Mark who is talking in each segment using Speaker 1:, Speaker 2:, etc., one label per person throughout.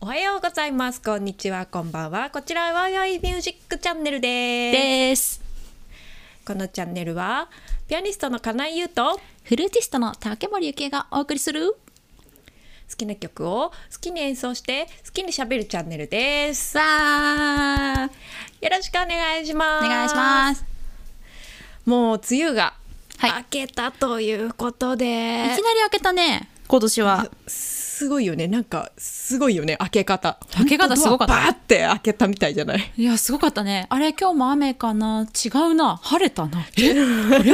Speaker 1: おはようございます。こんにちは。こんばんは。こちらは YI ミュージックチャンネルです。
Speaker 2: です。
Speaker 1: このチャンネルはピアニストの金井優と好
Speaker 2: フルーティストの竹森ゆきえがお送りする。
Speaker 1: きな曲を好きに演奏して好きに喋るチャンネルです。
Speaker 2: さあ、
Speaker 1: よろしくお願いしま
Speaker 2: お
Speaker 1: す。。
Speaker 2: 願いしますす。
Speaker 1: もう梅雨が
Speaker 2: はい
Speaker 1: 明けたということで、
Speaker 2: いきなり開けたね。今年は。
Speaker 1: すごいよね。なんかすごいよね。明け方。
Speaker 2: 明け方すごかった
Speaker 1: 本当ドアバーって開けたみたいじゃない。
Speaker 2: いや、すごかったね。あれ、今日も雨かな違うな。晴れたな。えこれ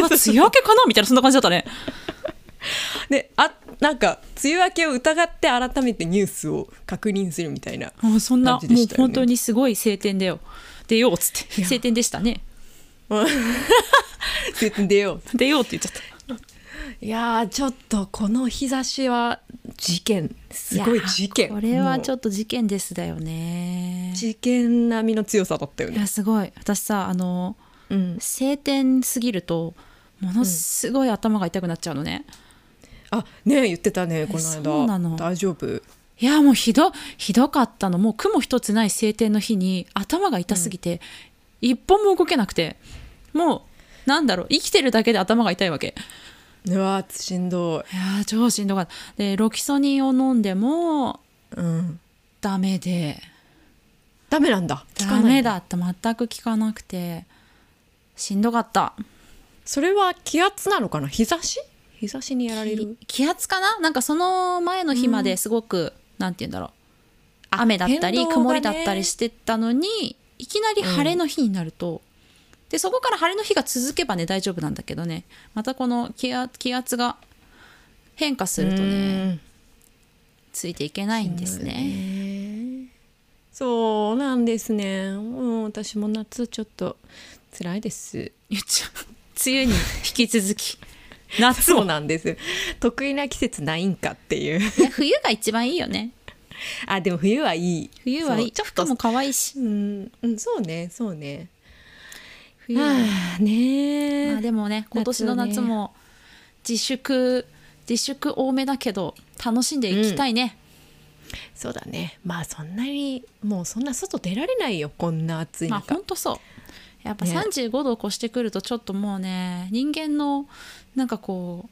Speaker 2: は梅雨明けかなみたいな、そんな感じだった ね。
Speaker 1: であなんか梅雨明けを疑って改めてニュースを確認するみた いな
Speaker 2: あそんな、
Speaker 1: 感じで
Speaker 2: もう
Speaker 1: したよね
Speaker 2: 本当にすごい晴天だよ。出ようっつって。晴天でしたね。
Speaker 1: 出て出よ
Speaker 2: 出ようって言っちゃった。
Speaker 1: ういやーちょっとこの日差しは事件すごい事件
Speaker 2: これはちょ
Speaker 1: っ
Speaker 2: っと事件ですだよね。
Speaker 1: 事件並みの強さだったよ
Speaker 2: い
Speaker 1: ね
Speaker 2: や、すごい。私さ、あの、
Speaker 1: うん
Speaker 2: 晴天すぎるとものすごい頭が痛くなっちゃうのね、
Speaker 1: あねえ言ってたねこの間
Speaker 2: そうなの
Speaker 1: 大丈夫
Speaker 2: いやもうひどひどかったのもう雲一つない晴天の日に頭が痛すぎて、一本も動けなくてもうなんだろう生きてるだけで頭が痛いわけ
Speaker 1: うわーしんど
Speaker 2: いやー超しんどかったでロキソニンを飲んでも
Speaker 1: いうん
Speaker 2: ダメで
Speaker 1: ダメなんだ効かな
Speaker 2: ダ
Speaker 1: い
Speaker 2: メだった全く効かなくてしんどかった
Speaker 1: それは気圧なのかな日差し日差しにやられる
Speaker 2: 気気圧かななんかその前の日まですごく、なんて言うんだろう雨だった
Speaker 1: 変
Speaker 2: り
Speaker 1: 動がね
Speaker 2: 曇りだったりしてたのに、いきなり晴れの日になると、でそこから晴れの日が続けばね大丈夫なんだけどねまたこの気圧気圧が変化するとね
Speaker 1: うん
Speaker 2: ついていけないんですね。
Speaker 1: そうなんですね。うん、私も夏ちょっと辛い です。
Speaker 2: 言っちゃう梅雨に引き続き夏
Speaker 1: そう
Speaker 2: も
Speaker 1: なんです。得意な季節ないんかっていう。
Speaker 2: いや冬が一番いいよね
Speaker 1: あ、でも冬はいい。
Speaker 2: 冬はいい
Speaker 1: そうちょっ
Speaker 2: 服
Speaker 1: と
Speaker 2: も可愛いし
Speaker 1: うん、うん、そうね、そうね。
Speaker 2: 冬は
Speaker 1: ああ、ねえ
Speaker 2: まあでもね今年の夏も自粛、自粛多めだけど楽しんでいきたいね、
Speaker 1: そうだね。まあそんなにもうそんな外出られないよ。こんな暑い
Speaker 2: まあ
Speaker 1: 中。
Speaker 2: ほんとそうやっぱ
Speaker 1: ね
Speaker 2: 35度を越してくるとちょっともうね人間のなんかこ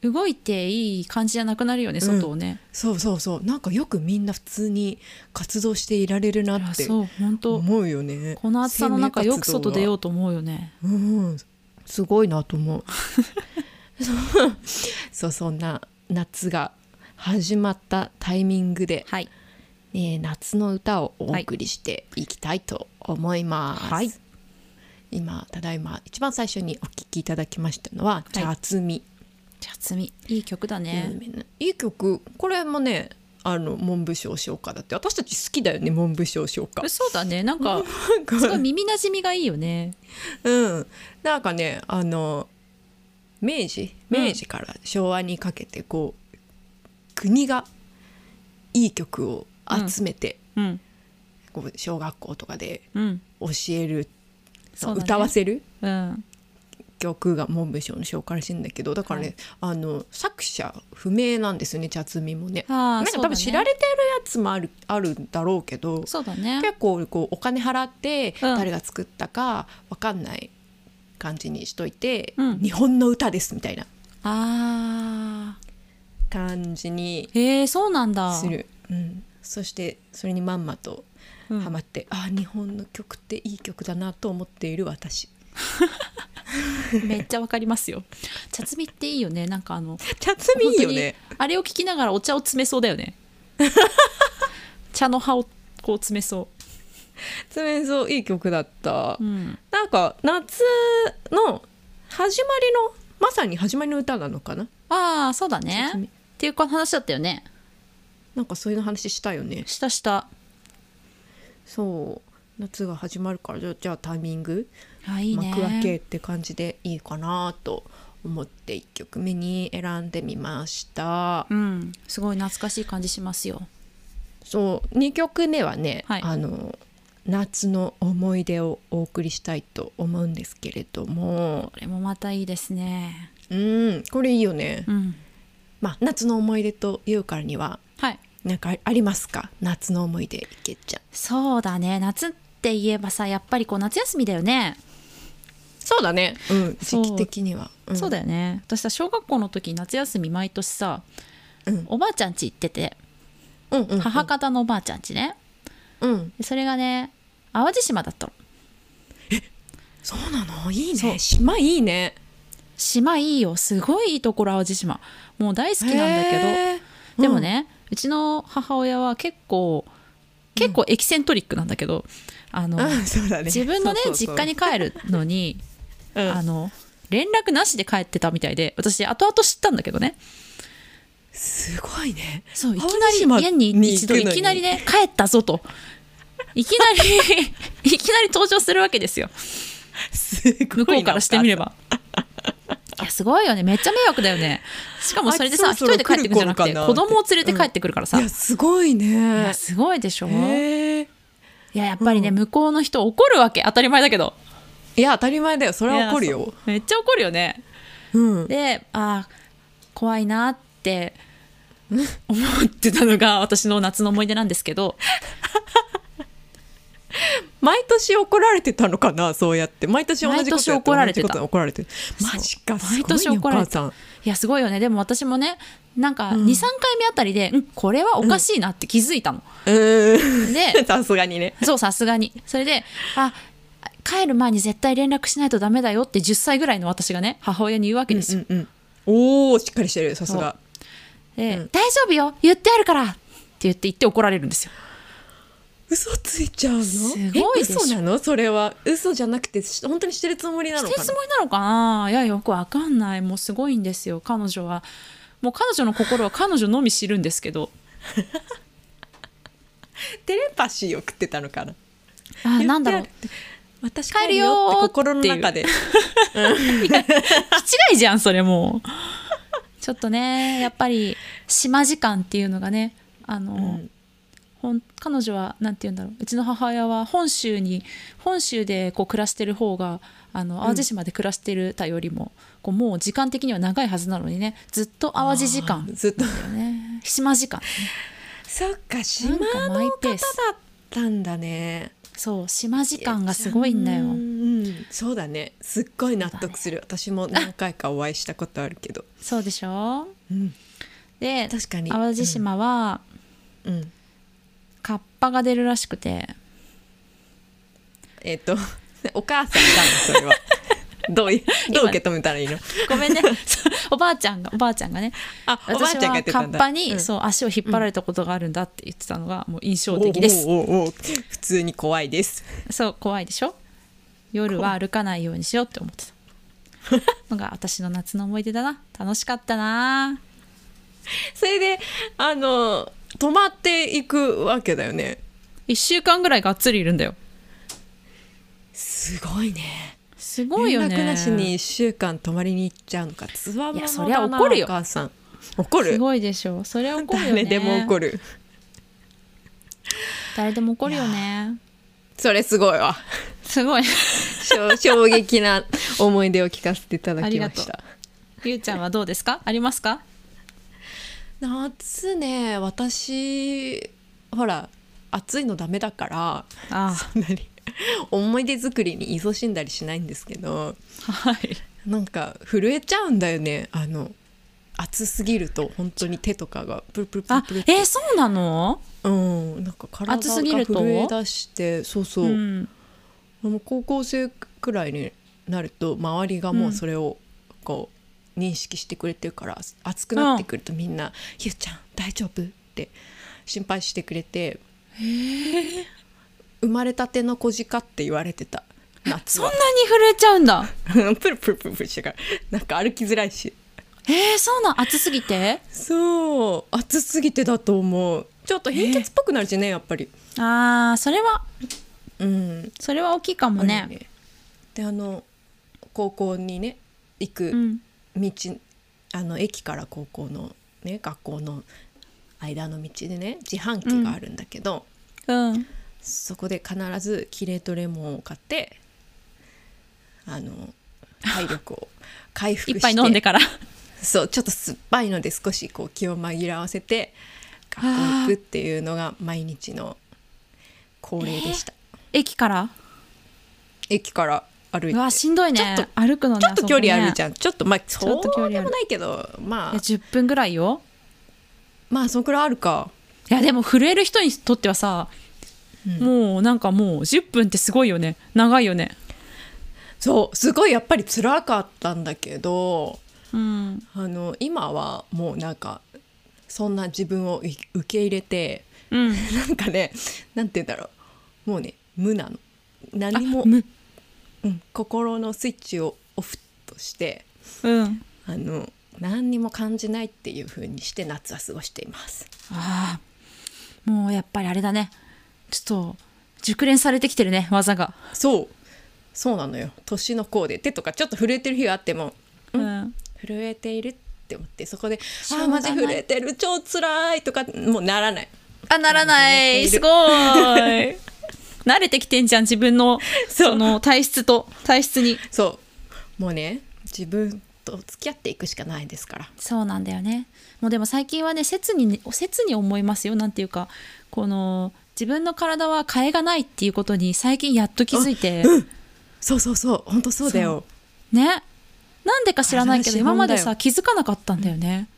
Speaker 2: う動いていい感じじゃなくなるよね外をね、
Speaker 1: そうそうそう。なんかよくみんな普通に活動していられる
Speaker 2: い
Speaker 1: な
Speaker 2: や
Speaker 1: って
Speaker 2: そう本当
Speaker 1: 思うよね。
Speaker 2: この暑さの中よく外出よ
Speaker 1: う。
Speaker 2: うと思うよね
Speaker 1: うん、すごいなと思う。 そうそうそんな夏が始まったタイミングで、
Speaker 2: はい
Speaker 1: えー夏の歌をお送りしていきたいと思います。
Speaker 2: はい
Speaker 1: 今ただいま一番最初にお聴きいただきましたのは「
Speaker 2: い
Speaker 1: 茶摘み
Speaker 2: じゃあ次いい曲だ」
Speaker 1: 有
Speaker 2: ね、
Speaker 1: 名ないい曲これもねあの文部省唱歌だって私たち好きだよね文部省唱 歌。
Speaker 2: そうだねなんか
Speaker 1: なんか
Speaker 2: すごい耳なじみがいいよね
Speaker 1: うん、なんかねあの明治
Speaker 2: うん
Speaker 1: 明治から昭和にかけてこう、国がいい曲を集めて、
Speaker 2: うん
Speaker 1: こう小学校とかで
Speaker 2: うん
Speaker 1: 教える、
Speaker 2: そうだね
Speaker 1: 歌わせる
Speaker 2: うん
Speaker 1: 曲が文部省の紹介らしいんだけどだからね、あの作者不明なんですよね茶摘みもね。
Speaker 2: あ
Speaker 1: なん
Speaker 2: あ
Speaker 1: か多分知ら
Speaker 2: れ
Speaker 1: れてるやつもあるあるんだろうけど
Speaker 2: そうだね
Speaker 1: 結構こうお金払って
Speaker 2: うん
Speaker 1: 誰が作ったかわかんない感じにしといて、
Speaker 2: うん
Speaker 1: 日本の歌ですみたいな
Speaker 2: あ
Speaker 1: 感じに
Speaker 2: ーへえそうなんだ
Speaker 1: する、うん、そしてそれにまんまと
Speaker 2: うん
Speaker 1: ハマって、あー日本の曲っていい曲だなと思っている 私
Speaker 2: めっちゃわかりますよ茶摘みっていいよねなんかあの
Speaker 1: 茶摘みいいよね
Speaker 2: 本当にあれを聞きながらお茶を詰めそうだ よね茶の葉をこう詰めそ
Speaker 1: 茶摘みそういい曲だった、
Speaker 2: う、うん、
Speaker 1: なんか夏の始まりのまさに始まりの歌なのかな
Speaker 2: ああそうだ
Speaker 1: 茶摘み
Speaker 2: ねっていう話だったよね
Speaker 1: なんかそういうの話したよね
Speaker 2: したした
Speaker 1: そう夏が始まるからじゃあじゃあタイミング
Speaker 2: あいいね
Speaker 1: 幕開けって感じでいいかなと思って1曲目に選んでみました、
Speaker 2: うんすごい懐かしい感じしますよ
Speaker 1: そう2曲目はね、
Speaker 2: はい
Speaker 1: あの夏の思い出をお送りしたいと思うんですけれども
Speaker 2: これもまたいいですね
Speaker 1: うんこれいいよね、
Speaker 2: うん
Speaker 1: まあ夏の思い出というからには
Speaker 2: はい
Speaker 1: なんかあありますか夏の思い出いけちゃん
Speaker 2: そうだね夏って言えばさやっぱりこう夏休みだよね、
Speaker 1: そうだね、うん、
Speaker 2: そ
Speaker 1: 時期
Speaker 2: う
Speaker 1: 的には、ん
Speaker 2: そうだよね私さ小学校の時夏休み毎年さ、
Speaker 1: うん
Speaker 2: おばあちゃん家行ってて
Speaker 1: うんうんうん
Speaker 2: 母方のおばあちゃん家ね
Speaker 1: うん
Speaker 2: でそれがね淡路島だったの
Speaker 1: そうなのいい
Speaker 2: そう
Speaker 1: ね島いいね
Speaker 2: 島いいよすごいいいところ淡路島もう大好きなんだけど、
Speaker 1: へー
Speaker 2: でも、ね、うちの母親は結構結構エキセントリックなんだけど、あの
Speaker 1: うんうんそうだね
Speaker 2: 自分のね
Speaker 1: そうそうそう
Speaker 2: 実家に帰るのに、
Speaker 1: うん
Speaker 2: あの連絡なしで帰ってたみたいで私後々知ったんだけどね
Speaker 1: すごいね
Speaker 2: そういき
Speaker 1: 淡路島
Speaker 2: なり家に一度
Speaker 1: に行くのに
Speaker 2: いきなりね帰ったぞといきなり いきなり登場するわけですよ
Speaker 1: すごい
Speaker 2: 向こうからしてみれ
Speaker 1: ば
Speaker 2: ば。 いやすごいよねめっちゃ迷惑だよねしかもそれでさ
Speaker 1: あ
Speaker 2: 一
Speaker 1: そろ
Speaker 2: 人
Speaker 1: そろ
Speaker 2: で帰ってくるんじゃなく
Speaker 1: 来る
Speaker 2: て
Speaker 1: 頃かな
Speaker 2: 子供を連れて帰ってくるからさ、
Speaker 1: いやすごい
Speaker 2: い
Speaker 1: ね
Speaker 2: やすごいでしょ
Speaker 1: へー
Speaker 2: いややっぱりね、
Speaker 1: うん
Speaker 2: 向こうの人怒るわけ当たり前だけど
Speaker 1: いや当たり前だよそれは怒る
Speaker 2: いやそ
Speaker 1: よ
Speaker 2: うめっちゃ怒るよね
Speaker 1: うん
Speaker 2: であー怖いな って思ってたのが私の夏の思い出なんですけど
Speaker 1: 毎年怒られてたのかなそうやって毎年同じことやって
Speaker 2: 毎年怒られてた
Speaker 1: 同じこと怒られてる
Speaker 2: そう
Speaker 1: マジかすごい、ね、
Speaker 2: 毎年怒られ
Speaker 1: お母
Speaker 2: て
Speaker 1: さん
Speaker 2: いやすごいよねでも私もねなんか23、
Speaker 1: うん
Speaker 2: 3回目あたりで、うん、これはおかしいなって気づいたの、
Speaker 1: うーん
Speaker 2: で
Speaker 1: さすがにね
Speaker 2: そうさすがにそれであ帰る前に絶対連絡しないとダメだよって10歳ぐらいの私がね母親に言うわけですよ、
Speaker 1: うんうんおおしっかりしてるさすが
Speaker 2: で、
Speaker 1: うん
Speaker 2: 大丈夫よ言ってあるからって言って言って怒られるんですよ
Speaker 1: 嘘ついちゃうの
Speaker 2: すごい
Speaker 1: え
Speaker 2: でしょ
Speaker 1: 嘘なのそれは嘘じゃなくてし本当にしてるつもりなの
Speaker 2: して
Speaker 1: か
Speaker 2: る
Speaker 1: な
Speaker 2: つもりなのかないやよくわかんないもうすごいんですよ彼女はもう彼女の心は彼女のみ知るんですけど
Speaker 1: テレパシーを食ってたのかな
Speaker 2: あーなんだろ う
Speaker 1: 言ってある私
Speaker 2: 帰
Speaker 1: 帰
Speaker 2: る
Speaker 1: る
Speaker 2: よ
Speaker 1: よっ
Speaker 2: ーってて
Speaker 1: 心の中で
Speaker 2: 違いじゃんそれもうちょっとねやっぱり島時間っていうのがねあの、
Speaker 1: うん
Speaker 2: ほん彼女はなんて言うんだろううちの母親は本州に本州でこう暮らしてる方があの淡路島で暮らしてるたよりも、こうもう時間的には長いはずなのにねずっと淡路時間
Speaker 1: あーずっと
Speaker 2: だよね島時間
Speaker 1: そっか島
Speaker 2: な
Speaker 1: の
Speaker 2: んかマイペー
Speaker 1: 方
Speaker 2: ス
Speaker 1: だったんだね
Speaker 2: そう島時間がすごいんだよ
Speaker 1: うんうんそうだねすっごい納得する、私も何回かお会いしたことある けど、
Speaker 2: そうでしょ
Speaker 1: うん、
Speaker 2: で
Speaker 1: 確かに
Speaker 2: 淡路島は
Speaker 1: うん
Speaker 2: カッパが出るらしくて
Speaker 1: えっ、と お母さんがそ れはどういどう受け止めたらいいの
Speaker 2: ごめんね そうおばあちゃんがおばあちゃんがね
Speaker 1: あおばあち
Speaker 2: 私
Speaker 1: ゃんがや
Speaker 2: は
Speaker 1: って
Speaker 2: カ
Speaker 1: たん
Speaker 2: ッ
Speaker 1: だ
Speaker 2: パに、
Speaker 1: うん
Speaker 2: そう足を引っ張られたことがあるんだって言ってたのがもう印象的です
Speaker 1: おうおうおうおう普通に怖いです
Speaker 2: そう怖いでしょ夜は歩かないようにしようって思 ってたのが私の夏の思い出だな楽しかったな
Speaker 1: それであの泊まっていくわけだよね
Speaker 2: 1週間ぐらいがっつりいるんだよ
Speaker 1: すごいね
Speaker 2: すごいよね
Speaker 1: 連絡なしに1週間泊まりに行っちゃうのかつわものだ
Speaker 2: いや
Speaker 1: な
Speaker 2: そりゃ怒るよ
Speaker 1: お母さん怒
Speaker 2: す
Speaker 1: る
Speaker 2: ごいでしょそれは怒るよね
Speaker 1: 誰でも怒る
Speaker 2: 誰でも怒るよね
Speaker 1: それすごいわ
Speaker 2: すごい
Speaker 1: しょ 衝撃な思い出を聞かせていただきまし
Speaker 2: あ
Speaker 1: た
Speaker 2: ゆうちゃんはどうですかありますか
Speaker 1: 夏ね私ほら暑いのダメだ から
Speaker 2: あ
Speaker 1: そんなに思い出作りに勤しんだりしないんですけど
Speaker 2: あはい
Speaker 1: なんか震えちゃうんだよねあの暑すぎると本当に手とかがプルプルプル
Speaker 2: あ
Speaker 1: プルって
Speaker 2: えーそうなの
Speaker 1: うん、なんか体
Speaker 2: 暑すぎ
Speaker 1: が
Speaker 2: ると
Speaker 1: 震え出してそうそう、
Speaker 2: ん、
Speaker 1: もう高校生くらいになると周りがもうそれをこう認識してくれてるから、暑くなってくるとみんな「ゆうちゃん大丈夫?」って心配してくれて生まれたての子鹿って言われてた夏
Speaker 2: そんな
Speaker 1: は
Speaker 2: に震えちゃうんだ
Speaker 1: プルプルプルプルしてからなんか歩きづらいし
Speaker 2: えー、そうなん暑すぎて
Speaker 1: そう暑すぎてだと思うちょっと貧血っぽくなるしねやっぱり
Speaker 2: あーそれは
Speaker 1: うん
Speaker 2: それは大きいかもね
Speaker 1: であの高校にね行
Speaker 2: う
Speaker 1: く
Speaker 2: ん
Speaker 1: 道、あの駅から高校のね学校の間の道でね自販機があるんだけど、
Speaker 2: うん
Speaker 1: そこで必ずキレートレモンを買ってあの体力 を回復して
Speaker 2: 一杯飲んでから
Speaker 1: そうちょっと酸っぱいので少しこう気を紛らわせて学校行くっていうのが毎日の恒例でした、
Speaker 2: 駅から
Speaker 1: 駅から歩いうて
Speaker 2: わしんどいね
Speaker 1: ちょっ
Speaker 2: 歩くのね
Speaker 1: ちょっと距離あるじ
Speaker 2: ゃ
Speaker 1: ゃ
Speaker 2: ん
Speaker 1: ん、ちょっとまあ
Speaker 2: ょっと距離
Speaker 1: そ
Speaker 2: あ
Speaker 1: う
Speaker 2: る
Speaker 1: でもないけどま
Speaker 2: い
Speaker 1: あ
Speaker 2: や10分ぐらいよ
Speaker 1: まあそんくらいあるか
Speaker 2: いやでも震える人にとってはさ、もうなんかもう10分ってすごいよね長いよね
Speaker 1: そうすごいやっぱり辛かったんだけど
Speaker 2: うん
Speaker 1: あの今はもうなんかそんな自分をい受け入れて
Speaker 2: うん
Speaker 1: なんかねなんて言うんだろうもうね無なの何も、
Speaker 2: む
Speaker 1: うん心のスイッチをオフとして
Speaker 2: うん
Speaker 1: あの何にも感じないっていう風にして夏は過ごしています
Speaker 2: ああもうやっぱりあれだねちょっと熟練されてきてるね技が
Speaker 1: そうそうなのよ年のコーデ手とかちょっと震えてる日があっても
Speaker 2: うん
Speaker 1: 震えているって思ってそこで「
Speaker 2: ょう
Speaker 1: あ
Speaker 2: が
Speaker 1: ー
Speaker 2: ない
Speaker 1: マジ震えてる超辛い」とかもうならない
Speaker 2: あならないすごい 慣れてきてんじゃん自分の
Speaker 1: そう
Speaker 2: その体質と体質に
Speaker 1: そうもうね自分と付き合っていくしかないですから
Speaker 2: そうなんだよねもうでも最近はね切にね切に思いますよなんていうかこの自分の体は替えがないっていうことに最近やっと気づいて、
Speaker 1: そうそうそう本当そうだよ
Speaker 2: ねなんでか知らないけど
Speaker 1: 体の
Speaker 2: 今
Speaker 1: 指紋
Speaker 2: ま
Speaker 1: だよ
Speaker 2: でさ気づかなかったんだよね、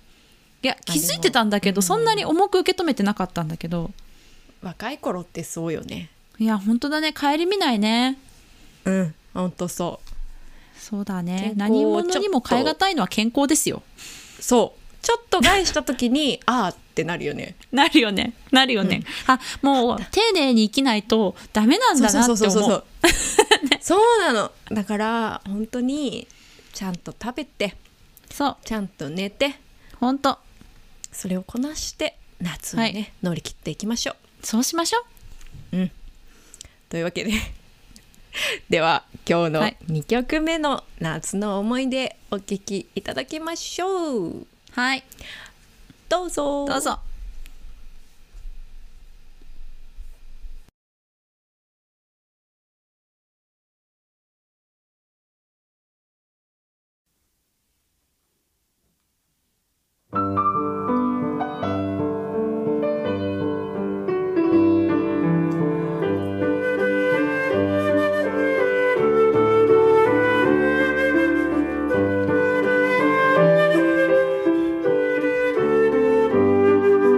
Speaker 2: いや気づいてたんだけ
Speaker 1: う
Speaker 2: ど
Speaker 1: ん
Speaker 2: そんなに重く受け止めてなかったんだけど
Speaker 1: 若い頃ってそうよね
Speaker 2: いや本当だね顧みないね
Speaker 1: うん本当そ
Speaker 2: そうだね
Speaker 1: 健康を
Speaker 2: 何者に
Speaker 1: ちょ
Speaker 2: も
Speaker 1: っと
Speaker 2: 変えがたいのは健康ですよ
Speaker 1: うそうちょっと害した時に ああってなるよね
Speaker 2: なるよねなるよね、あもう丁寧に生きないとダメなん
Speaker 1: そう
Speaker 2: だ
Speaker 1: そうそう
Speaker 2: なって
Speaker 1: そう
Speaker 2: 思
Speaker 1: そうう そうなのだから本当にちゃんと食べて
Speaker 2: そう
Speaker 1: ちゃんと寝て
Speaker 2: 本当
Speaker 1: それをこなして夏をね、
Speaker 2: はい
Speaker 1: 乗り切っていきましょう
Speaker 2: そうしましょう
Speaker 1: というわけで では今日の
Speaker 2: はい
Speaker 1: 2曲目の夏の思い出お聴きいただきましょう
Speaker 2: はい
Speaker 1: どうぞ
Speaker 2: どうぞ
Speaker 3: 「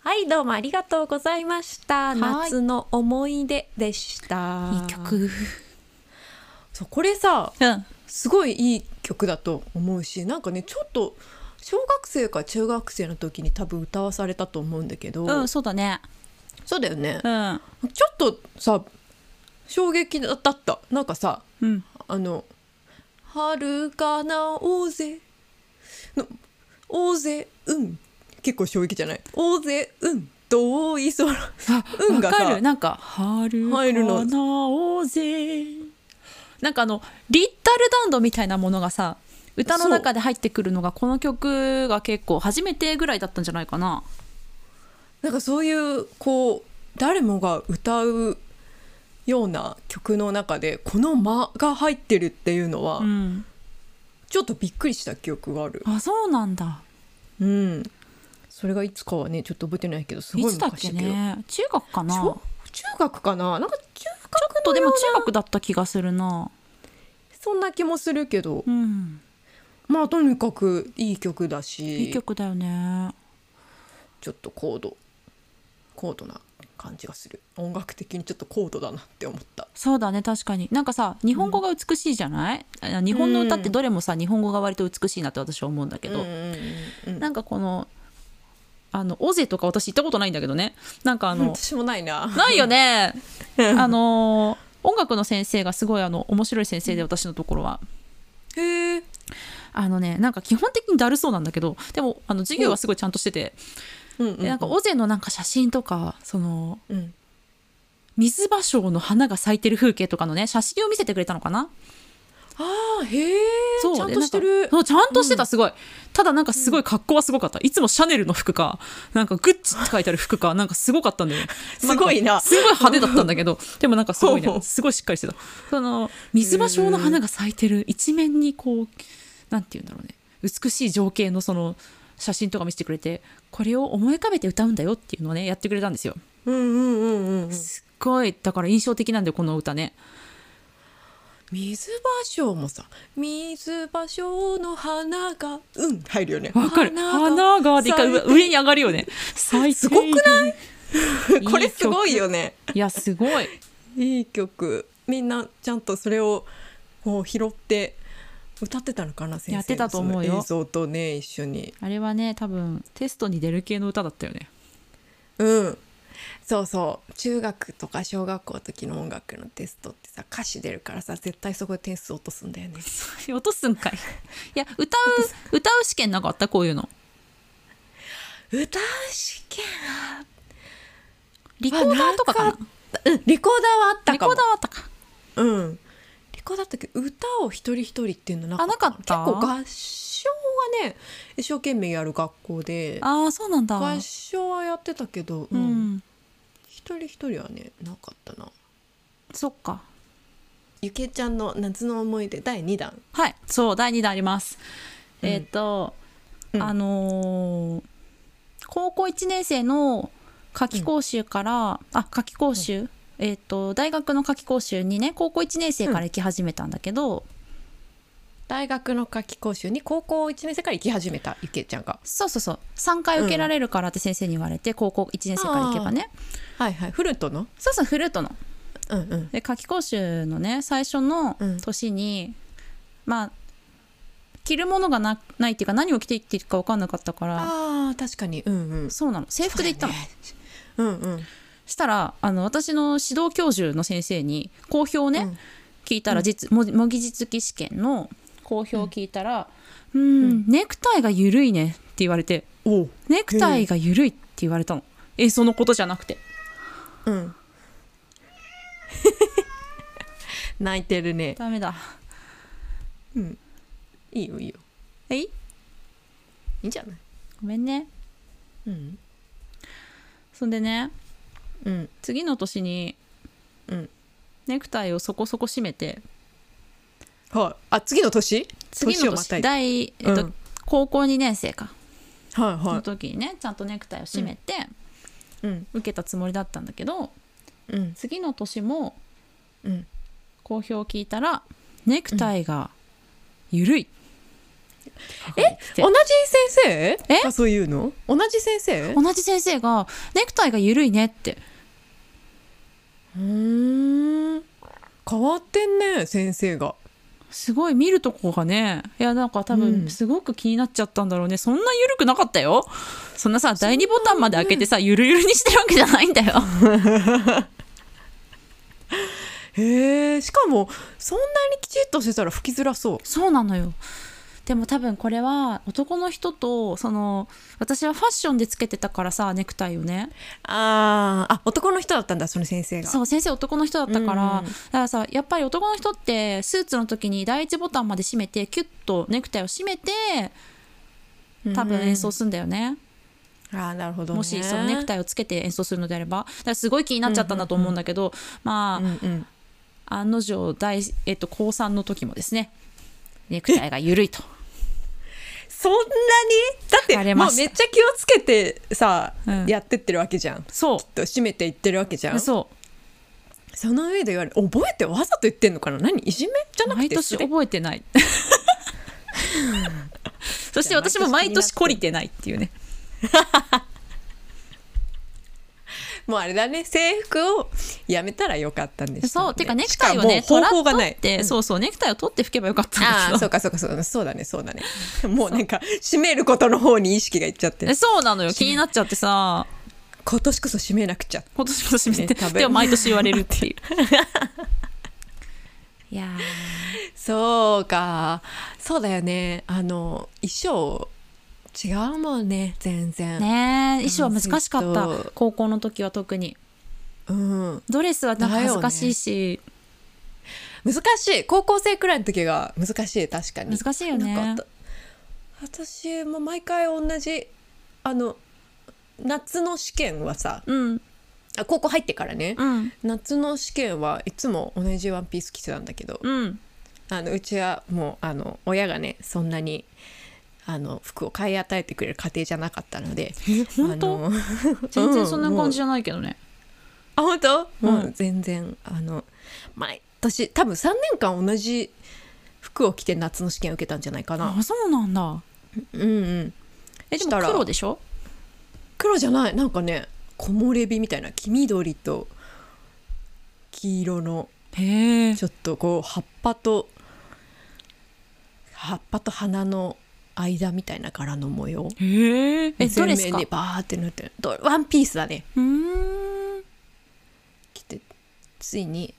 Speaker 1: はいどうもありがとうございました
Speaker 2: い
Speaker 1: 夏の思い出でした
Speaker 2: いい曲。
Speaker 1: そうこれさ
Speaker 2: うん。
Speaker 1: すごいいい曲だと思うしなんかねちょっと小学生か中学生の時に多分歌わされたと思うんだけど、
Speaker 2: うん、そうだね。
Speaker 1: そうだよね
Speaker 2: う、ん。
Speaker 1: ちょっとさ衝撃だったなんかさ
Speaker 2: うん。
Speaker 1: あの「春かな大勢」の「大勢うん」結構衝撃じゃない「大勢うん」遠い空
Speaker 2: あ、
Speaker 1: 運
Speaker 2: わ
Speaker 1: がさ
Speaker 2: かる。なんか、春
Speaker 1: 入るの
Speaker 2: かな大勢。なんかあの、リッタルダンドみたいなものがさ、歌の中で入ってくるのが、この曲が結構初めてぐらいだったんじゃないかな。
Speaker 1: なんかそういうこう誰もが歌うような曲の中でこの「間」が入ってるっていうのは、
Speaker 2: うん。
Speaker 1: ちょっとびっくりした記憶がある。
Speaker 2: あ、そうなんだ。
Speaker 1: うんそれがいつかはねちょっと覚えてないけどす
Speaker 2: い
Speaker 1: ごい
Speaker 2: つだっ
Speaker 1: 昔
Speaker 2: け
Speaker 1: だけど
Speaker 2: ね。中学かな。ちょ
Speaker 1: 小中学かななんか中
Speaker 2: っとでも中学だった気がするな。
Speaker 1: そんな気もするけど
Speaker 2: うん。
Speaker 1: まあとにかくいい曲だし
Speaker 2: いい曲だよね。
Speaker 1: ちょっと高度高度な感じがする音楽的にちょっと高度だなって思った
Speaker 2: そうだね確かになんかさ日本語が美しいじゃない、あ日本の歌ってどれもさ、日本語が割と美しいなって私は思うんだけ
Speaker 1: け
Speaker 2: ど、
Speaker 1: うん
Speaker 2: なんかこのあのオゼとか私行ったことないんだけどねなんかあの、
Speaker 1: 私もないな
Speaker 2: ないよねあの音楽の先生がすごいあの面白い先生で私のところは
Speaker 1: へえ
Speaker 2: あのねなんか基本的にだるそうなんだけどでもあの授業はすごいちゃんとしてて、
Speaker 1: うんうん
Speaker 2: でなんかオゼのなんか写真とかその
Speaker 1: うん
Speaker 2: 水芭蕉の花が咲いてる風景とかのね写真を見せてくれたのかな
Speaker 1: ああへえ
Speaker 2: そう
Speaker 1: ちゃんとして
Speaker 2: なん
Speaker 1: る
Speaker 2: かそうちゃんとしてたすごい、ただなんかすごい格好はすごかったいつもシャネルの服かなんかグッチって書いてある服かなんかすごかったんだよね
Speaker 1: すごいなん
Speaker 2: かすごい派手だったんだ けどでもなんかすごい
Speaker 1: ほ
Speaker 2: ね
Speaker 1: う
Speaker 2: すごいしっかりしてたその水芭蕉の花が咲いてる一面にこうなんて言うんだろうね美しい情景のその写真とか見せてくれてこれを思い浮かべて歌うんだよっていうのをねやってくれたんですよ
Speaker 1: うんうんうんうんうん
Speaker 2: すっごいだから印象的なんだよこの歌ね
Speaker 1: 水芭蕉もさ水芭蕉の花がうん入るよね
Speaker 2: わかる。
Speaker 1: 花が
Speaker 2: 花がでかい
Speaker 1: 咲いて
Speaker 2: 上に上がるよね。咲いて
Speaker 1: すごくない
Speaker 2: い
Speaker 1: これすごい
Speaker 2: 曲
Speaker 1: よね
Speaker 2: いやすごい。
Speaker 1: いい曲みんなちゃんとそれをこう拾って歌ってたのかな先生の
Speaker 2: やってたと思うよ
Speaker 1: その映像とね一緒に
Speaker 2: あれはね多分テストに出る系の歌だったよね。
Speaker 1: うんそうそう中学とか小学校の時の音楽のテストってさ歌詞出るからさ絶対そこで点数落とすんだよね
Speaker 2: 落とすん かい。いや歌う歌う試験なかったこういうの。
Speaker 1: 歌う試験は
Speaker 2: リコーダーとかかな。
Speaker 1: あったうんリコーダーはあった
Speaker 2: リ
Speaker 1: か
Speaker 2: コ
Speaker 1: も
Speaker 2: ーダーはあったか。
Speaker 1: うんリコーダーだったけど歌を一人一人っていうのなかった
Speaker 2: あな
Speaker 1: 結
Speaker 2: かった
Speaker 1: 構合唱はね一生懸命やる学校で
Speaker 2: ああそうなんだ。
Speaker 1: 合唱はやってたけど、
Speaker 2: う
Speaker 1: うん
Speaker 2: ん。
Speaker 1: 一人一人はねなかったな
Speaker 2: そっか。
Speaker 1: ゆけちゃんの夏の思い出第2弾
Speaker 2: はい。そう第二弾あります。
Speaker 1: うん
Speaker 2: えっ、と、
Speaker 1: うん
Speaker 2: あのー高校1年生の夏期講習から、あ夏期講習、えっ、と大学の夏期講習にね高校1年生から行き始めたんだけど、
Speaker 1: 大学の夏期講習に高校1年生から行き始めたゆけちゃんが
Speaker 2: そうそうそう3回受けられるからって先生に言われて、高校1年生から行けばね
Speaker 1: はいはいフルートの
Speaker 2: そうそうフルートの
Speaker 1: うんうん
Speaker 2: で夏期講習のね最初の年に、まあ着るものがなないっていうか何を着ていっていいか分かんなかったから
Speaker 1: あー確かにうんうん
Speaker 2: そうなの制服で行ったの。
Speaker 1: そうだよねうんうん
Speaker 2: したらあの私の指導教授の先生に講評をね、
Speaker 1: うん
Speaker 2: 聞いたら実模模擬実技試験の講評を聞いたら「うーんネクタイが緩いね」って言われて
Speaker 1: おう
Speaker 2: 「ネクタイが緩い」って言われたの演奏のことじゃなくて
Speaker 1: うん 泣いてるね
Speaker 2: ダメだ
Speaker 1: いいよいいよ
Speaker 2: えい
Speaker 1: いいんじゃない
Speaker 2: ごめんね
Speaker 1: うん
Speaker 2: そんでね
Speaker 1: うん
Speaker 2: 次の年に
Speaker 1: うん
Speaker 2: ネクタイをそこそこ締めて
Speaker 1: はいあ次の年
Speaker 2: 次
Speaker 1: 年
Speaker 2: の
Speaker 1: をまた
Speaker 2: 年
Speaker 1: いで
Speaker 2: 第、えっと
Speaker 1: うん
Speaker 2: 高校2年生か
Speaker 1: はい
Speaker 2: の
Speaker 1: は
Speaker 2: 時にねちゃんとネクタイを締めて
Speaker 1: いうん
Speaker 2: 受けたつもりだったんだけど、
Speaker 1: うん
Speaker 2: 次の年も
Speaker 1: うん
Speaker 2: 好評を聞いたらネクタイが緩い、え
Speaker 1: 同じ先生
Speaker 2: え
Speaker 1: がそういうの同じ先生
Speaker 2: 同じ先生が「ネクタイが緩いね」って
Speaker 1: うーん変わってんね先生が
Speaker 2: すごい見るとこがねいやなんか多
Speaker 1: うん
Speaker 2: 分すごく気になっちゃったんだろうね、そんな緩くなかったよそんなさ第2ボタンまで開けてさゆるゆるにしてるわけじゃないんだよ
Speaker 1: へえしかもそんなにきちっとしてたら吹きづらそう
Speaker 2: そうなのよでも多分これは男の人とその私はファッションでつけてたからさネクタイをね
Speaker 1: あーあ男の人だったんだその先生が
Speaker 2: そう先生男の人だったから、
Speaker 1: うん
Speaker 2: だからさやっぱり男の人ってスーツの時に第1ボタンまで締めてキュッとネクタイを締めて多分演奏
Speaker 1: す
Speaker 2: するんだよね、
Speaker 1: あーなるほど、ね、
Speaker 2: もしそのネクタイをつけて演奏するのであればだからすごい気になっちゃったんだと思うんだけど、まあ、
Speaker 1: うんうん
Speaker 2: 案の定大、えっと、高3の時もですねネクタイが緩いと
Speaker 1: そんなにだって
Speaker 2: バレ
Speaker 1: も
Speaker 2: ま
Speaker 1: う
Speaker 2: した
Speaker 1: めっちゃ気をつけてさ、
Speaker 2: うん
Speaker 1: やってってるわけじゃん
Speaker 2: そ
Speaker 1: と締めていってるわけじゃ
Speaker 2: うん
Speaker 1: そ
Speaker 2: そ
Speaker 1: の上で言われ覚えてわざと言ってんのかな何いじめじゃ
Speaker 2: う
Speaker 1: なく
Speaker 2: 毎
Speaker 1: て
Speaker 2: 年
Speaker 1: 素で
Speaker 2: 覚え てないそして私も毎年懲りてないっていうね
Speaker 1: もうあれだね制服をやめたらよかったんでした
Speaker 2: そうてかネク
Speaker 1: し
Speaker 2: タイ
Speaker 1: も
Speaker 2: をね
Speaker 1: 方
Speaker 2: 取ら
Speaker 1: 法がな
Speaker 2: 取
Speaker 1: い
Speaker 2: って、そうそうネクタイを取って拭けばよかったん
Speaker 1: ああ
Speaker 2: だ
Speaker 1: そうかそうかそうかそうだねそうだねもうなんか締めることの方に意識がいっちゃっ
Speaker 2: け
Speaker 1: て
Speaker 2: どそうなのよ気になっちゃってさ
Speaker 1: 今年こそ締めなくちゃ
Speaker 2: 今年も閉めて、
Speaker 1: ね食べ
Speaker 2: でも毎年言われるっていう いやー
Speaker 1: そうかそうだよねあの衣装違うもんね全然
Speaker 2: ねえ衣装は難しかっ
Speaker 1: うんずっと
Speaker 2: た高校の時は特に
Speaker 1: うん
Speaker 2: ドレスはなんか恥ずかしいし、
Speaker 1: 難しい高校生くらいの時が難しい確かに
Speaker 2: 難しいよ
Speaker 1: な
Speaker 2: ね
Speaker 1: んかあた私も毎回同じあの夏の試験はさ
Speaker 2: うん
Speaker 1: あ高校入ってからね、
Speaker 2: うん
Speaker 1: 夏の試験はいつも同じワンピース着てたんだけど、
Speaker 2: うん
Speaker 1: あのうちはもうあの親がねそんなにあの服を買い与えてくれる家庭じゃなかったので
Speaker 2: 本当
Speaker 1: あの
Speaker 2: 全然そんな感じじゃないけどね、
Speaker 1: あ本当、
Speaker 2: うん
Speaker 1: もう全然あの毎年多分3年間同じ服を着て夏の試験を受けたんじゃないかな
Speaker 2: あそうなんだ
Speaker 1: うんうん
Speaker 2: えで
Speaker 1: した
Speaker 2: も
Speaker 1: ら
Speaker 2: 黒でしょ
Speaker 1: 黒じゃないなんかね木漏れ日みたいな黄緑と黄色の
Speaker 2: へえ
Speaker 1: ちょっとこう葉っぱと葉っぱと花の間みたいな柄の模様
Speaker 2: へええド
Speaker 1: 全
Speaker 2: レ
Speaker 1: 面
Speaker 2: スか
Speaker 1: にバーって塗ってるドワンピースだね
Speaker 2: うーん
Speaker 1: 着てついに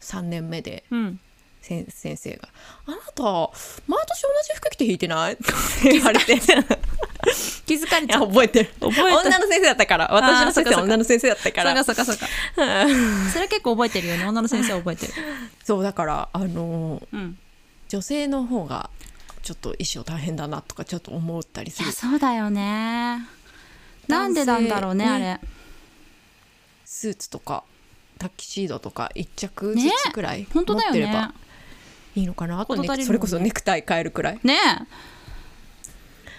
Speaker 1: 3年目で
Speaker 2: うん
Speaker 1: 先先生が「あなた毎年同じ服着て弾いてない?」って言われてい
Speaker 2: 気づかれち
Speaker 1: や
Speaker 2: ゃう
Speaker 1: 覚えてる
Speaker 2: 覚え
Speaker 1: 女
Speaker 2: た
Speaker 1: の先生だったから私の先生
Speaker 2: そっかそっ
Speaker 1: は
Speaker 2: か
Speaker 1: 女の先生だったから
Speaker 2: そうかそうかそうか それは結構覚えてるよね女の先生は覚えてる
Speaker 1: そうだからあのー
Speaker 2: うん
Speaker 1: 女性の方がちょっと衣装大変だなとかちょっと思ったりす
Speaker 2: い
Speaker 1: る
Speaker 2: やそうだよねなんでなんだろうね
Speaker 1: 男
Speaker 2: あ
Speaker 1: 性
Speaker 2: れ
Speaker 1: スーツとかタキシードとか一着
Speaker 2: ね
Speaker 1: ずつくらい持
Speaker 2: 本
Speaker 1: っ
Speaker 2: 当だよ
Speaker 1: てれば
Speaker 2: ね
Speaker 1: いいのかな、あと
Speaker 2: 事足りるもん
Speaker 1: ね
Speaker 2: ね
Speaker 1: それこそネクタイ変えるくらい
Speaker 2: ね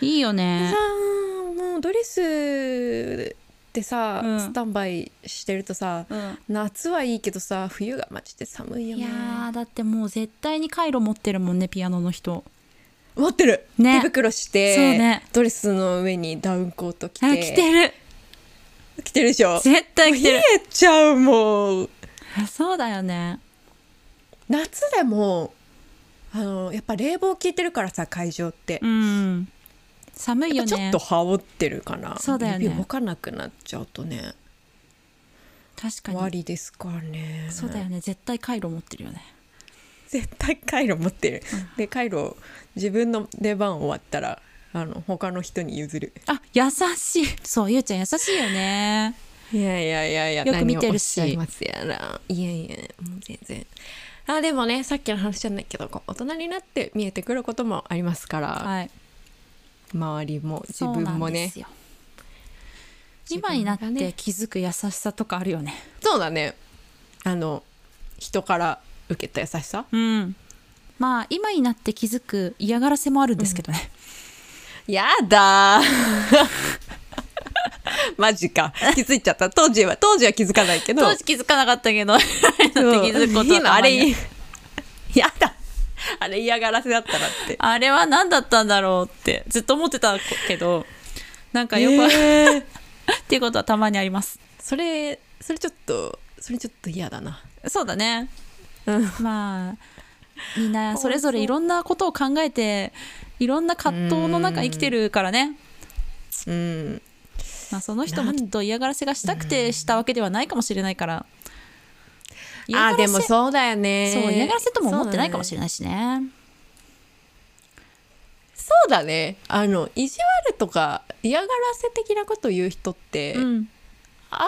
Speaker 2: えいいよ
Speaker 1: さ
Speaker 2: ね
Speaker 1: あもうドレスでさ、
Speaker 2: うん
Speaker 1: スタンバイしてるとさ
Speaker 2: うん
Speaker 1: 夏はいいけどさ冬がマジで寒いよ
Speaker 2: い
Speaker 1: ね
Speaker 2: やーだってもう絶対にカイロ持ってるもんねピアノの人
Speaker 1: 持ってる、
Speaker 2: ね
Speaker 1: 手袋して、
Speaker 2: そうね
Speaker 1: ドレスの上にダウンコート着
Speaker 2: あ
Speaker 1: て
Speaker 2: 来てる
Speaker 1: 着てるでしょ
Speaker 2: 絶対来て
Speaker 1: 冷
Speaker 2: る
Speaker 1: えちゃうもう
Speaker 2: あそうだよね
Speaker 1: 夏でもあのやっぱ冷房効いてるからさ会場って、
Speaker 2: うん寒い
Speaker 1: や
Speaker 2: よ
Speaker 1: っ
Speaker 2: ね
Speaker 1: ぱちょっと羽織ってるかな
Speaker 2: そうだよね
Speaker 1: 指動かなくなっちゃうとね
Speaker 2: 確
Speaker 1: 終
Speaker 2: か
Speaker 1: わ
Speaker 2: に
Speaker 1: りですからね
Speaker 2: そうだよね絶対カイロ持ってるよね
Speaker 1: 絶対カイロ持ってる、でカイロ自分の出番終わったらあの他の人に譲る
Speaker 2: あ優しいそうゆうちゃん優しいよね
Speaker 1: いやいやいやいや
Speaker 2: よく見てるし
Speaker 1: 何をおっゃいますやらいやいやもう全然あでもねさっきの話じゃないけどこう大人になって見えてくることもありますから、
Speaker 2: はい
Speaker 1: 周りも自
Speaker 2: そう
Speaker 1: 分
Speaker 2: なん
Speaker 1: も
Speaker 2: で
Speaker 1: ね
Speaker 2: すよ
Speaker 1: 自分が
Speaker 2: 今
Speaker 1: ね
Speaker 2: になって気づく優しさとかあるよね
Speaker 1: そうだねあの人から受けた優しさ
Speaker 2: うんまあ今になって気づく嫌がらせもあるんですけどね、
Speaker 1: やだ ーマジか気づいちゃった当時は当時は気づかない けど
Speaker 2: 当時気づかなかったけど今になって気づくことは
Speaker 1: 今
Speaker 2: た
Speaker 1: あ
Speaker 2: まに
Speaker 1: れやだあれ嫌がらせだったらって
Speaker 2: あれは何だったんだろうってずっと思ってたけどなんかよく、っていうことはたまにあります
Speaker 1: それそれちょっとそれちょっと嫌だな
Speaker 2: そうだね
Speaker 1: うん
Speaker 2: まあみんなそれぞれいろんなことを考えていろんな葛藤の中生きてるからね、
Speaker 1: うん
Speaker 2: まあ、その人もきっと嫌がらせがしたくてしたわけではないかもしれないから嫌がら
Speaker 1: あ
Speaker 2: せ
Speaker 1: でも
Speaker 2: そう
Speaker 1: そうだよね
Speaker 2: 嫌がらせとも思ってないかもしれないしね
Speaker 1: そうだねあの意地悪とか嫌がらせ的なことを言う人って、
Speaker 2: うん
Speaker 1: あんま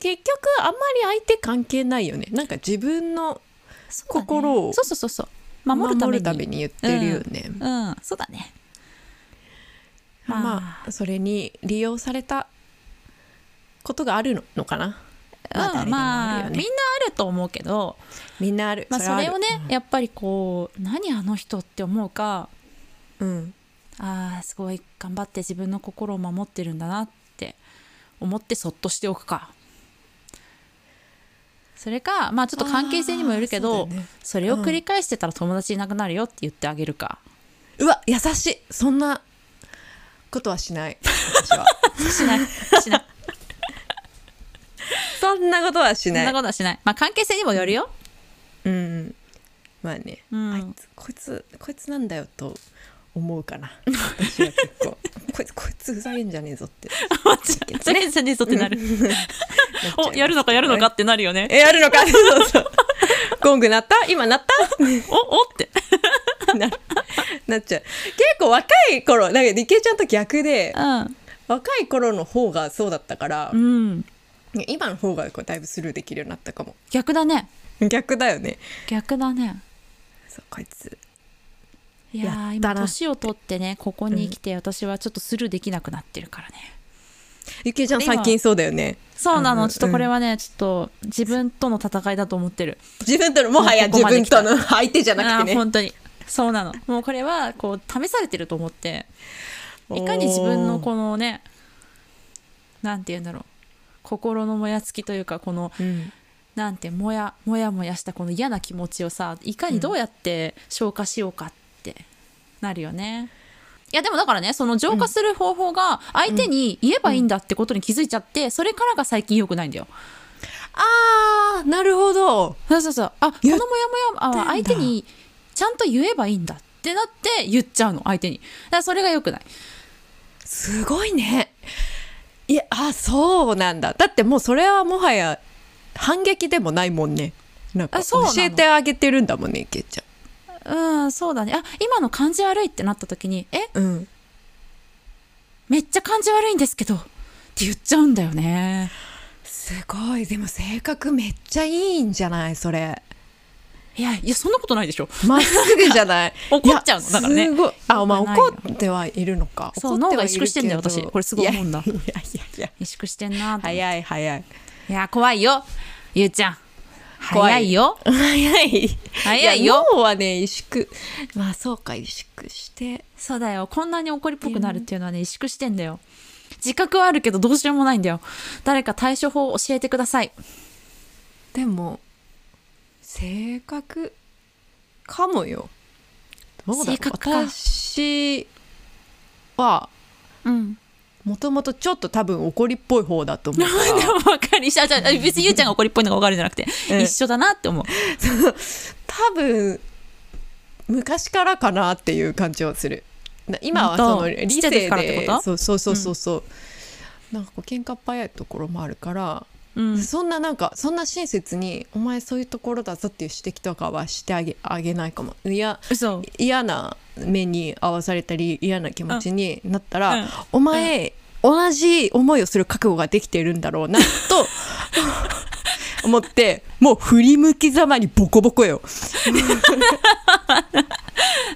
Speaker 1: り結局あんまり相手関係ないよねなんか自分の
Speaker 2: そうだね
Speaker 1: 心を
Speaker 2: そうそうそうそう守
Speaker 1: 守
Speaker 2: る
Speaker 1: る
Speaker 2: た
Speaker 1: ため
Speaker 2: めに
Speaker 1: に言ってるよね、
Speaker 2: うんそうだねまあ
Speaker 1: まあそれに利用されたことがあるののかな、まあ
Speaker 2: うん
Speaker 1: 誰でもある
Speaker 2: まあ
Speaker 1: よ
Speaker 2: みん
Speaker 1: ね
Speaker 2: なあると思うけど、
Speaker 1: みんなある、
Speaker 2: まあ、それをね、
Speaker 1: はある
Speaker 2: やっぱりこう何あの人って思うか
Speaker 1: うん
Speaker 2: あーすごい頑張って自分の心を守ってるんだなって思ってそっとしておくかそれかまあちょっと関係性にもよるけ
Speaker 1: あーそう
Speaker 2: どそ,、
Speaker 1: だよね
Speaker 2: れを繰り返してたら友達いなくなるよって言ってあげるか、
Speaker 1: うわ優しいそんなことはしない私 は
Speaker 2: し ないしない
Speaker 1: そんなことはし
Speaker 2: そんな
Speaker 1: ない
Speaker 2: ことはしないまあ関係性にもよるよ
Speaker 1: うんまあね、
Speaker 2: うん
Speaker 1: あいつこいつこいつなんだよと思うかな私は結 構こいつこいつふざけんじゃねえぞって
Speaker 2: 間違えちゃねえぞってなるおやるのかやるのかってなるよね
Speaker 1: えやるの かそうそうゴング鳴った今鳴った
Speaker 2: おおって
Speaker 1: ななっちゃう結構若い頃なんかリケちゃんと逆で若い頃の方がそうだったから
Speaker 2: う、ん、うん、
Speaker 1: 今の方がこうだいぶスルーできるようになったかも
Speaker 2: 逆だね
Speaker 1: 逆だよね
Speaker 2: 逆だね
Speaker 1: そうこいつ
Speaker 2: いやー
Speaker 1: やった
Speaker 2: 今
Speaker 1: な
Speaker 2: 年を取ってねここに来て私はちょっとスルーできなくなってるからね、
Speaker 1: リケちゃん
Speaker 2: 今
Speaker 1: 最近そうだよね
Speaker 2: そうな
Speaker 1: う
Speaker 2: の
Speaker 1: ん
Speaker 2: ちょっとこれはね、ちょっと自分との戦いだと思ってる
Speaker 1: 自分とのもはや
Speaker 2: こ
Speaker 1: 自
Speaker 2: こまで
Speaker 1: 分
Speaker 2: 来た
Speaker 1: との相手じゃな
Speaker 2: あ
Speaker 1: くてね
Speaker 2: ー本当にそうなのもうこれはこう試されてると思っていかに自分のこのねなんて言うんだろう心のもやつきというかこの
Speaker 1: うん
Speaker 2: なんてもやもやもやしたこの嫌な気持ちをさいかにどうやって消化しようかってなるよね。いやでもだからねその浄化する方法が相手に言えばいいんだってことに気づいちゃってそれからが最近良くないんだよ。
Speaker 1: あーなるほど
Speaker 2: そうそうそうあこの
Speaker 1: 言
Speaker 2: モ
Speaker 1: っ
Speaker 2: ヤモヤは
Speaker 1: 言っ
Speaker 2: 相
Speaker 1: て
Speaker 2: 手
Speaker 1: んだ
Speaker 2: にちゃんと言えばいいんだってなって言っちゃうの相手にだからそれが良くない
Speaker 1: すごいねいやあそうなんだだってもうそれはもはや反撃でもないもんねなんか
Speaker 2: あそうな
Speaker 1: 教
Speaker 2: の
Speaker 1: えてあげてるんだもんねいけち
Speaker 2: うんそうだねあ今の感じ悪いってなった時にえ
Speaker 1: ゃんうん
Speaker 2: めっちゃ感じ悪いんですけどって言っちゃうんだよね
Speaker 1: すごいでも性格めっちゃいいんじゃないそれ
Speaker 2: いやいやそんなことないでしょ
Speaker 1: まっすぐじゃない
Speaker 2: 怒っちゃうの
Speaker 1: いや
Speaker 2: だからね
Speaker 1: すごいあまあ
Speaker 2: 良くないよ
Speaker 1: 怒ってはいるのか
Speaker 2: そ
Speaker 1: 怒っ
Speaker 2: う
Speaker 1: て
Speaker 2: 脳が
Speaker 1: はいる
Speaker 2: 萎縮してんだよ
Speaker 1: けど
Speaker 2: 私これすごい思うんだ
Speaker 1: いやいやいやい
Speaker 2: 萎縮してんな
Speaker 1: や
Speaker 2: と思って
Speaker 1: 早い早い
Speaker 2: いや怖いよゆうちゃん
Speaker 1: 怖い
Speaker 2: 早いよ
Speaker 1: 早い
Speaker 2: 早いよ
Speaker 1: や脳はね萎縮まあそうか萎縮して
Speaker 2: そうだよこんなに怒りっぽくなるっていうのはね萎縮してんだよ自覚はあるけどどうしようもないんだよ誰か対処法を教えてください
Speaker 1: でも性格かもよどうだろう
Speaker 2: 性格か
Speaker 1: 私は
Speaker 2: うん
Speaker 1: もともとちょっと多分怒りっぽい方だと思うか
Speaker 2: で
Speaker 1: ら
Speaker 2: も分かりしあじゃあ別にゆうちゃんが怒りっぽいのが分かるんじゃなくて、
Speaker 1: ええ
Speaker 2: 一緒だなって思う
Speaker 1: 多分昔からかなっていう感じはするな今はそ
Speaker 2: 本
Speaker 1: の
Speaker 2: 当
Speaker 1: 理
Speaker 2: ちっちゃ
Speaker 1: 性
Speaker 2: い時
Speaker 1: で
Speaker 2: からってこと
Speaker 1: そうそうそうそうそう、なんかこう喧嘩っ早いところもあるから、
Speaker 2: うん
Speaker 1: そんななんかそんな親切に「お前そういうところだぞ」っていう指摘とかはしてあげあげないかもいや
Speaker 2: 嘘
Speaker 1: 嫌な目に合わされたり嫌な気持ちになったら、
Speaker 2: うん
Speaker 1: お前、同じ思いをする覚悟ができているんだろうなと 思ってもう振り向きざまにボコボコよ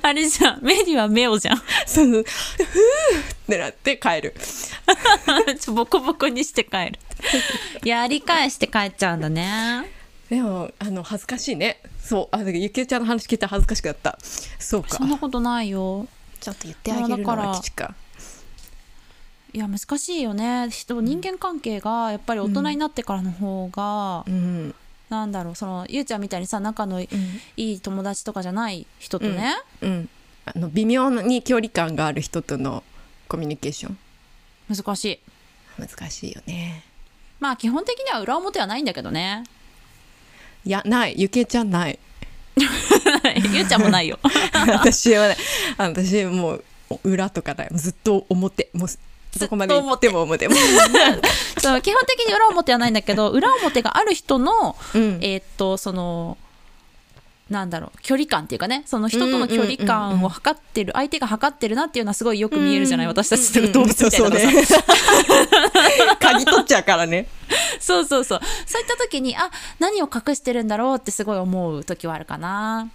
Speaker 2: あれじゃん目には目をじゃん
Speaker 1: そうふうってなって帰る
Speaker 2: ちょボコボコにして帰る いや理解して帰っちゃうんだね
Speaker 1: でもあの恥ずかしいねそうあだからゆきえちゃんの話聞いたら恥ずかしくなったそうか
Speaker 2: そんなことないよ
Speaker 1: ちょっと言ってあげるの
Speaker 2: まあだか
Speaker 1: が
Speaker 2: ら
Speaker 1: 基地か
Speaker 2: いや難しいよね人人間関係がやっぱり大人になってからの方が
Speaker 1: うん
Speaker 2: なんだろうそのゆうちゃんみたいにさ仲のいい友達とかじゃない人とね、
Speaker 1: うん、あの微妙に距離感がある人とのコミュニケーション
Speaker 2: 難しい
Speaker 1: 難しいよね
Speaker 2: まあ基本的には裏表はないんだけどね
Speaker 1: いやないゆけちゃん ない
Speaker 2: ゆうちゃんもないよ
Speaker 1: 私はねあ私もう裏とかだよずっと表もうどこまで行っても表 も
Speaker 2: そう基本的に裏表はないんだけど裏表がある人の
Speaker 1: うん
Speaker 2: えーっとそのなんだろう距離感っていうかねその人との距離感を測ってる相手が測ってるなっていうのはすごいよく見えるじゃない私たちとか動物みたいなのがさ
Speaker 1: うんそうそう ね嗅ぎ取っちゃうからね
Speaker 2: そうそうそうそういった時にあ何を隠してるんだろうってすごい思う時はあるかな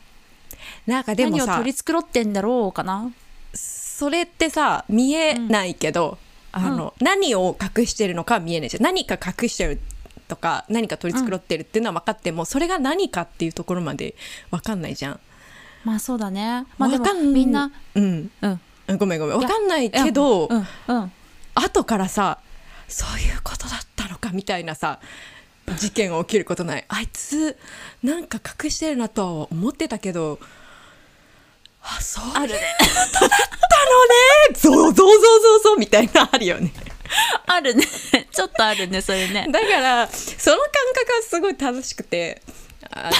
Speaker 1: なんかでも
Speaker 2: 何を
Speaker 1: さ
Speaker 2: 取り繕ってんだろうかな
Speaker 1: それってさ見えないけど、あの何を隠してるのかは見えないじゃん何か隠してるとか何か取り繕ってるっていうのは分かっても、それが何かっていうところまで分かんないじゃん。
Speaker 2: まあそうだねまあで
Speaker 1: 分か
Speaker 2: もみんな、
Speaker 1: うん、
Speaker 2: うん
Speaker 1: ごめんごめん分かんない
Speaker 2: いや
Speaker 1: けど、
Speaker 2: うんうん
Speaker 1: 後からさそういうことだったのかみたいなさ事件が起きることないあいつなんか隠してるなとは思ってたけどあそういうことだったのねそうそうそうそうそうみたいなあるよね
Speaker 2: あるね ちょっとあるねそれね
Speaker 1: だからその感覚はすごい楽しくて 楽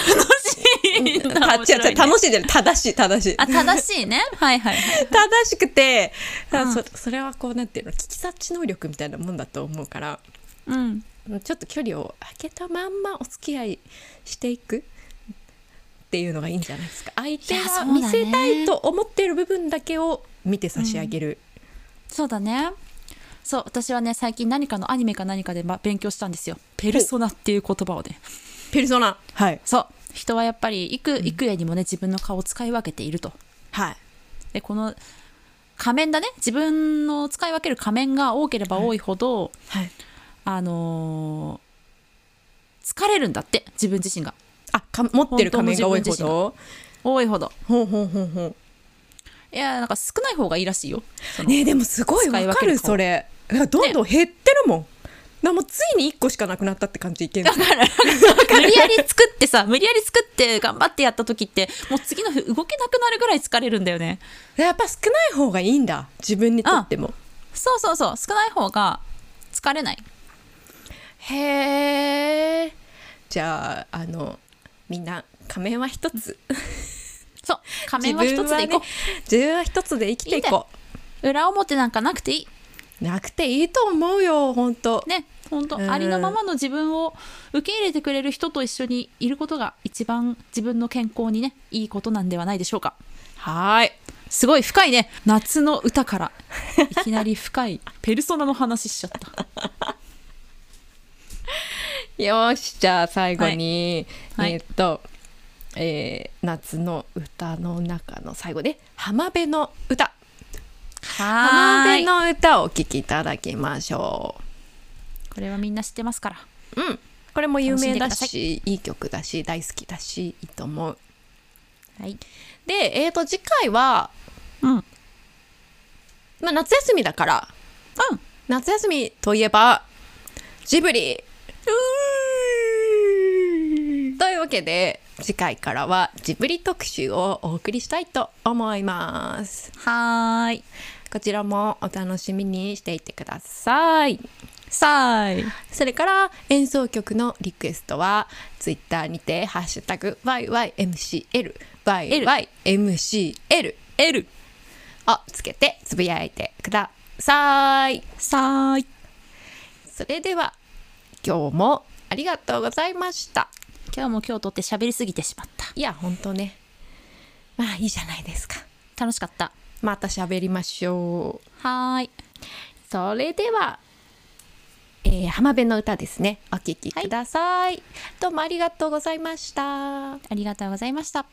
Speaker 2: いいな面
Speaker 1: 違う
Speaker 2: 白
Speaker 1: 違
Speaker 2: いうね
Speaker 1: 楽しいじゃない正しい正しい
Speaker 2: あ正しいねはいはいはい
Speaker 1: 正しくて、あ
Speaker 2: うん
Speaker 1: そそれはこうなんていうの聞き察知能力みたいなもんだと思うから
Speaker 2: うん
Speaker 1: ちょっと距離を空けたまんまお付き合いしていくっていうのがいいんじゃないですか相手
Speaker 2: いやそ
Speaker 1: が
Speaker 2: うだね
Speaker 1: 見せたいと思っている部分だけを見て差し上げる、
Speaker 2: そうだねそう私はね最近何かのアニメか何かで、ま、勉強したんですよペルソナっていう言葉をね
Speaker 1: ペルソナはい
Speaker 2: そう人はやっぱり幾幾重にもね自分の顔を使い分けていると
Speaker 1: はい
Speaker 2: でこの仮面だね自分の使い分ける仮面が多ければ多いほど、
Speaker 1: はい
Speaker 2: あのー疲れるんだって自分自身が
Speaker 1: あか持ってる仮面が多いほ
Speaker 2: 本当の
Speaker 1: ど
Speaker 2: 多いほど
Speaker 1: ほんほんほんほん
Speaker 2: いやなんか少ない方がいいらしいよその
Speaker 1: ねえでもすごい
Speaker 2: 使い
Speaker 1: わ
Speaker 2: 分
Speaker 1: か
Speaker 2: ける
Speaker 1: る
Speaker 2: 顔
Speaker 1: それだからどんどん減ってるもん、なもうついに1個しかなくなったって感じいけんの
Speaker 2: 無理やり作ってさ無理やり作って頑張ってやった時ってもう次の日動けなくなるぐらい疲れるんだよね
Speaker 1: やっぱ少ない方がいいんだ自分にとっても
Speaker 2: そうそうそう少ない方が疲れない
Speaker 1: へえじゃああのみんな仮面は一つ
Speaker 2: そう仮面は一つでいこう、
Speaker 1: 自分は一つで生きていこ
Speaker 2: 裏表なんかなくていいう
Speaker 1: なくていいと思うよ本当
Speaker 2: ね本当、
Speaker 1: うん
Speaker 2: ありのままの自分を受け入れてくれる人と一緒にいることが一番自分の健康にねいいことなんではないでしょうか
Speaker 1: はーい
Speaker 2: すごい深いね夏の歌からいきなり深いペルソナの話しち ゃった
Speaker 1: よーしじゃあ最後に、
Speaker 2: はい
Speaker 1: えーっと、えー夏の歌の中の最後で浜辺の歌浜辺
Speaker 2: の
Speaker 1: の歌をお聴きいただきましょ
Speaker 2: これはみんな知ってますから
Speaker 1: ううんこれも有名だ
Speaker 2: 楽し
Speaker 1: しいい曲だし大好きだしいいと思う
Speaker 2: はい
Speaker 1: でえー、と次回は、
Speaker 2: うんうん
Speaker 1: まあ、夏休みだから夏休みといえばジブリというわけで次回からはジブリ特集をお送りしたいと思います
Speaker 2: はーい
Speaker 1: こちらもお楽しみにしていてください
Speaker 2: さーい
Speaker 1: それから演奏曲のリクエストはツイッターにて「ハッシュタグ #YYMCL」YYMCL
Speaker 2: L
Speaker 1: をつけてつぶやいてください
Speaker 2: さーい
Speaker 1: それでは今日もありがとうございました
Speaker 2: 今日も今日とって喋りすぎてしまった
Speaker 1: いや本当ねまあいいじゃないですか
Speaker 2: 楽しかった
Speaker 1: また喋りましょう
Speaker 2: はーい
Speaker 1: それでは、えー浜辺の歌ですねお聴きください、どうもありがとうございました
Speaker 2: ありがとうございました